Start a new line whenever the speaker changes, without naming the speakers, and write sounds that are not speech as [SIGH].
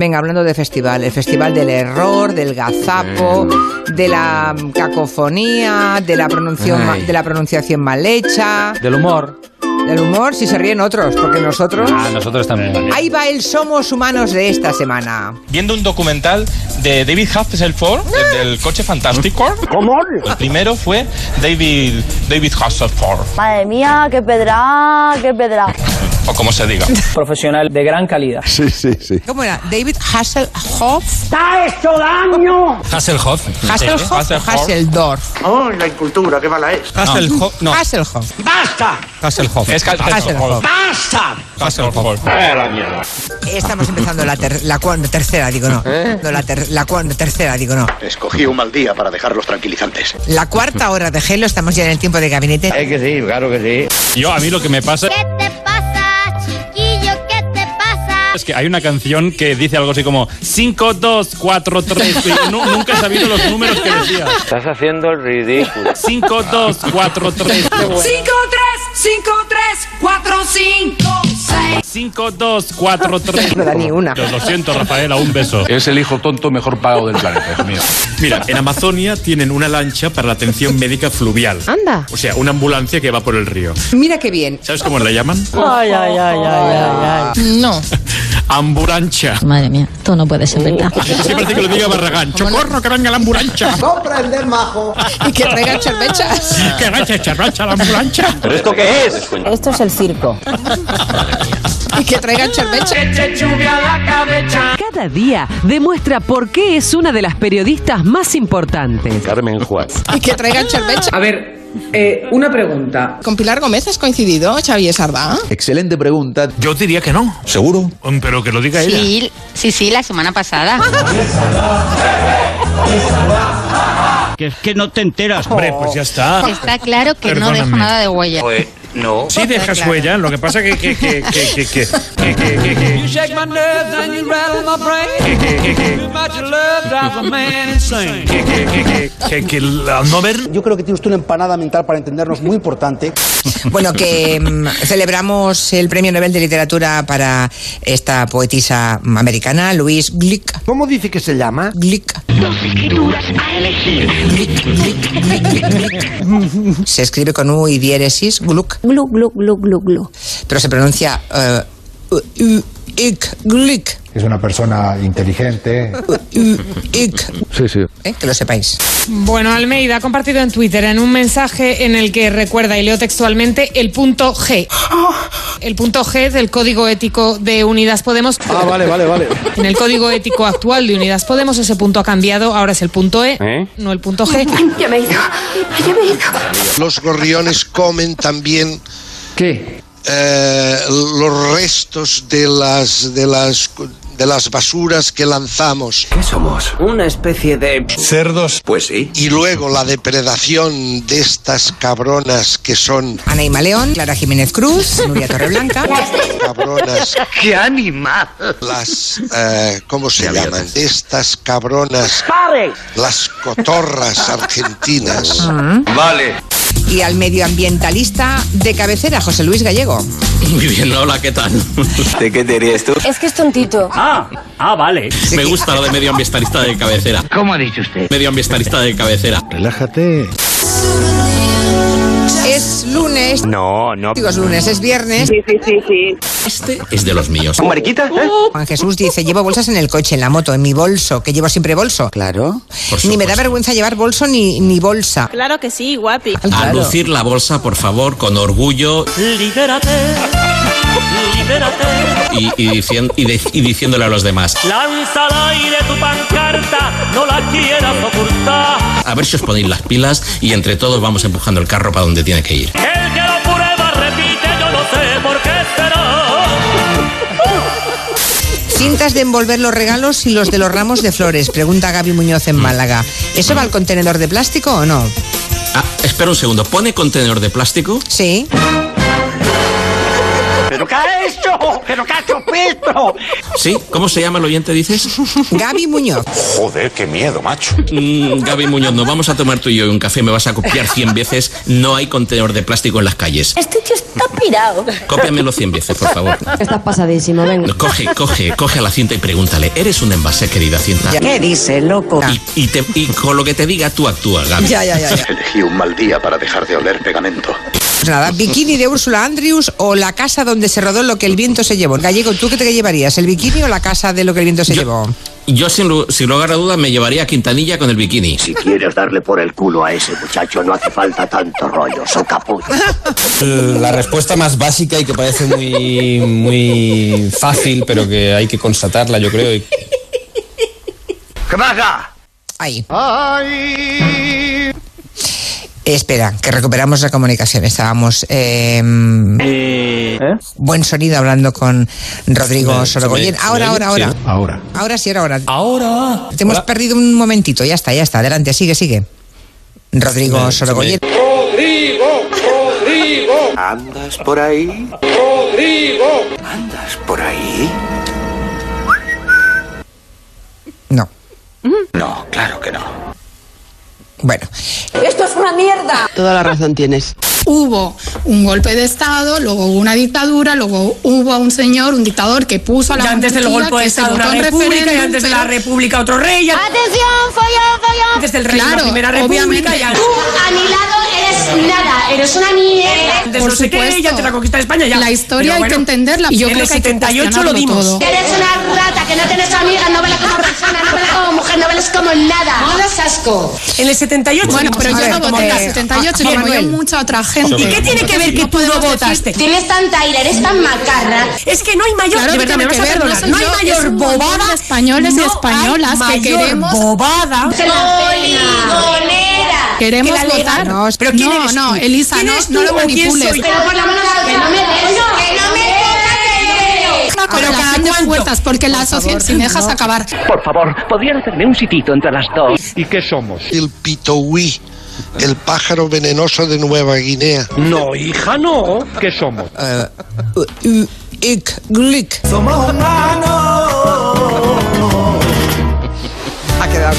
Venga, hablando de festival, el festival del error, del gazapo, de la mm, cacofonía, de la, pronunciación ma-
Ay.
de la pronunciación mal hecha,
Del humor.
del humor, si se ríen otros, porque nosotros...
Ah, nosotros también.
Ahí va el Somos Humanos de esta semana.
viendo un documental de David Hasselhoff, el del coche fantástico. El primero fue David, David Hasselhoff,
Madre mía, qué pedra, qué pedra.
o como se diga.
profesional de gran calidad.
Sí, sí, sí.
¿Cómo era? David Hasselhoff.
Hasselhoff.
Hasselhoff o
Hasselhoff.
Hasseldorf.
¡Oh, la incultura, qué mala es!
Hasselhoff. No,
Hasselhoff.
Hasselhoff. Es Hasselhoff.
Hasselhoff.
Hasselhoff.
Estamos empezando la, ter- la cuan- tercera, digo no. No, la, ter- la cuan- tercera, digo no.
Escogí un mal día para dejar los tranquilizantes.
La cuarta hora de Gelo, estamos ya en el tiempo de gabinete.
Es que sí, claro que sí.
Yo, a mí lo que me pasa
¿Qué te pasa, chiquillo? ¿Qué te pasa?
es que hay una canción que dice algo así como 5, 2, 4, 3. y nu- Nunca he sabido los números que decía.
Estás haciendo el
[LAUGHS]
ridículo.
5, 2, 4, 3. 5, 2, 4, 3.
No da ni una.
Lo siento, Rafaela, un beso.
Es el hijo tonto mejor pagado del planeta, hijo mío.
Mira, en Amazonia tienen una lancha para la atención médica fluvial.
Anda.
O sea, una ambulancia que va por el río.
Mira qué bien.
¿Sabes cómo la llaman?
Ay, ay, ay, ay, ay,
No.
Ambulancha.
Madre mía, tú no puedes ser verdad.
Es que parece que lo diga Barragán. ¡Chocorro, que venga la ambulancha!
Y que traigan charmechas.
¡Que vaya charracha la ambulancha!
ay. Esto es el circo.
Y que traigan charmechas.
Cada día demuestra por qué es una de las periodistas más importantes.
Carmen Juárez.
Y que traigan charmecha.
A ver, eh, una pregunta.
¿Con Pilar Gómez has coincidido, Xavier Sardá?
Excelente pregunta.
Yo diría que no.
¿Seguro?
Pero que lo diga ella.
Sí, sí, sí, la semana pasada. [LAUGHS]
Que es que no te enteras.
Hombre, pues ya está.
Está claro que no deja
Perdóname.
nada de huella.
Pues,
Sí dejas huella, lo que pasa que... que, que, que, que, que, que, que, que, que. Que, que, que, que, que, que la- no ver...
Yo creo que tiene usted una empanada mental para entendernos muy importante.
Bueno, que mm, celebramos el Premio Nobel de Literatura para esta poetisa americana, Louise Glick.
¿Cómo dice que se llama?
Glick. Glick, Glick, Glick, Glick, Glick. Se escribe con U y diéresis, Gluck,
Glu, glu, glu, glu, glu.
pero se pronuncia eh, U, ik, Glick.
Es una persona inteligente.
U, ik.
Sí, sí.
Eh, Que lo sepáis.
Bueno, Almeida ha compartido en Twitter en un mensaje en el que recuerda, y leo textualmente, el punto G. El punto G del Código Ético de Unidas Podemos.
Ah, vale, vale, vale.
En el Código Ético actual de Unidas Podemos ese punto ha cambiado, ahora es el punto E,
¿Eh?
no el punto G.
Ya me he ido, ya me he ido.
Los gorriones comen también
¿Qué?
[LAUGHS] eh, los restos de las, de las de las basuras que lanzamos
Una especie de...
Cerdos.
pues sí y luego la depredación de estas cabronas que son
Ana Ima León, Clara Jiménez Cruz,
[LAUGHS]
Nuria Torreblanca.
cabronas
¡Qué animal!
las eh, cómo se llaman de estas cabronas
¡Pare!
las cotorras argentinas
Y al medioambientalista de cabecera, José Luis Gallego.
Muy bien, hola, ¿qué tal?
Es que es tontito.
Ah, ah, vale.
Me gusta lo de medioambientalista de cabecera.
¿Cómo ha dicho usted?
Medioambientalista de cabecera.
Relájate.
Es lunes.
No, no.
Digo, es lunes, es viernes.
Es de los míos.
mariquita?
Uh.
¿eh?
Juan Jesús dice, llevo bolsas en el coche, en la moto, en mi bolso, que llevo siempre bolso. Claro. Ni me da vergüenza llevar bolso ni, ni bolsa.
Claro que sí, guapi.
Ah, claro.
la bolsa, por favor, con orgullo
Libérate, libérate.
y, diciéndole a los demás.
Lanza al aire tu pancarta, no la quieras ocultar.
A ver si os ponéis las pilas y entre todos vamos empujando el carro para donde tiene que ir.
El que lo prueba repite, yo no sé por qué será.
Cintas de envolver los regalos y los de los ramos de flores, pregunta Gaby Muñoz
Mm.
en Málaga. ¿Eso va al contenedor de plástico o no?
Ah, espera un segundo, ¿pone contenedor de plástico?
Sí.
¿Pero qué ha hecho? ¡Pero cacho Petro!
¿Sí? ¿Cómo se llama el oyente, dices?
Gaby Muñoz.
Joder, qué miedo, macho. Mm, Gaby Muñoz, nos vamos a tomar tú y yo un café, me vas a copiar 100 veces. No hay contenedor de plástico en las calles.
Este tío está pirado.
Cópiamelo 100 veces, por favor.
Estás pasadísimo, venga.
Coge, coge, coge a la cinta y pregúntale. Eres un envase, querida cinta.
dices, loco?
Y, te- y con lo que te diga, tú actúas, Gaby.
Ya, ya, ya, ya.
Elegí un mal día para dejar de oler pegamento.
Pues nada, bikini de Úrsula Andrews o la casa donde se rodó lo que el viento se llevó. Gallego, ¿tú qué te llevarías? ¿El bikini o la casa de lo que el viento se llevó?
Yo, sin, lu- sin lugar a dudas, me llevaría a Quintanilla con el bikini. Si quieres darle por el culo a ese muchacho, no hace falta tanto rollo, socapón.
La respuesta más básica y que parece muy, muy fácil, pero que hay que constatarla, yo creo. y-
¡Que vaga! Ahí. Espera, que recuperamos la comunicación. Estábamos. eh,
Eh,
Buen sonido hablando con Rodrigo
¿Me-
Sorogoyen.
se me-
Ahora,
se me
ahora,
oye?
ahora.
Sí, ahora.
Ahora sí, ahora, ahora. Ahora. Te hemos perdido un momentito. Ya está, ya está. Adelante, sigue, sigue.
Se
Rodrigo
me-
Sorogoyen.
¡Rodrigo! ¡Rodrigo!
¿Andas por ahí?
¡Rodrigo!
¿Por ahí?
No.
No, claro que no.
Bueno.
¡Esto es una mierda! Toda la razón tienes.
Hubo un golpe de Estado, luego hubo una dictadura, luego hubo a un señor, un dictador que puso a la
Y antes del
monarquía,
golpe de
que se
Estado
votó
una
en
república, y
referéndum,
antes de la
pero-
república otro rey, y-
¡Atención, follón, follón!
Antes del rey, la primera república, ya-
Tú a mi lado eres nada, eres una mierda.
Antes no sé qué, y antes la conquista de España, ya.
La historia
Pero
hay que entenderla, y yo
en
creo
el
que hay que
78 lo dimos.
cuestionarlo todo.
Eres una rata, que no tienes amiga, no vales como persona, no vales como mujer, no vales como nada. ¡No das asco!
En el 78
Bueno, pero
dimos
yo no
como
voté en el
casa.
78,
Ah,
como yo
Manuel.
mucha otra gente.
¿Y qué tiene que ver que tú no votaste?
Tienes tanta ira, eres tan macarra.
Es que no hay mayor, de
Claro que
verdad,
tiene
me vas
que
a
ver,
perdonar,
no soy
no hay
yo, es
mayor
un montón de
bobada.
españoles y
no hay
españolas que
mayor
queremos-
bobada.
Se la
¡Poligonera!
Queremos
Que la
votar.
legal-
Pero ¿quién
no,
eres
no,
tú?
Elisa,
¿Quién
no,
eres tú
no lo
o quién
manipules.
soy?
Pero por la mano que no me des, que no me toques.
Una
Pero cada
correlación de fuerzas, porque la sociedad, si me dejas acabar,
Por favor, ¿podrían hacerme un sitito entre las dos? ¿Y qué somos?
El pitohuí, el pájaro venenoso de Nueva Guinea.
No, hija, no. ¿Qué somos?
Somos humanos.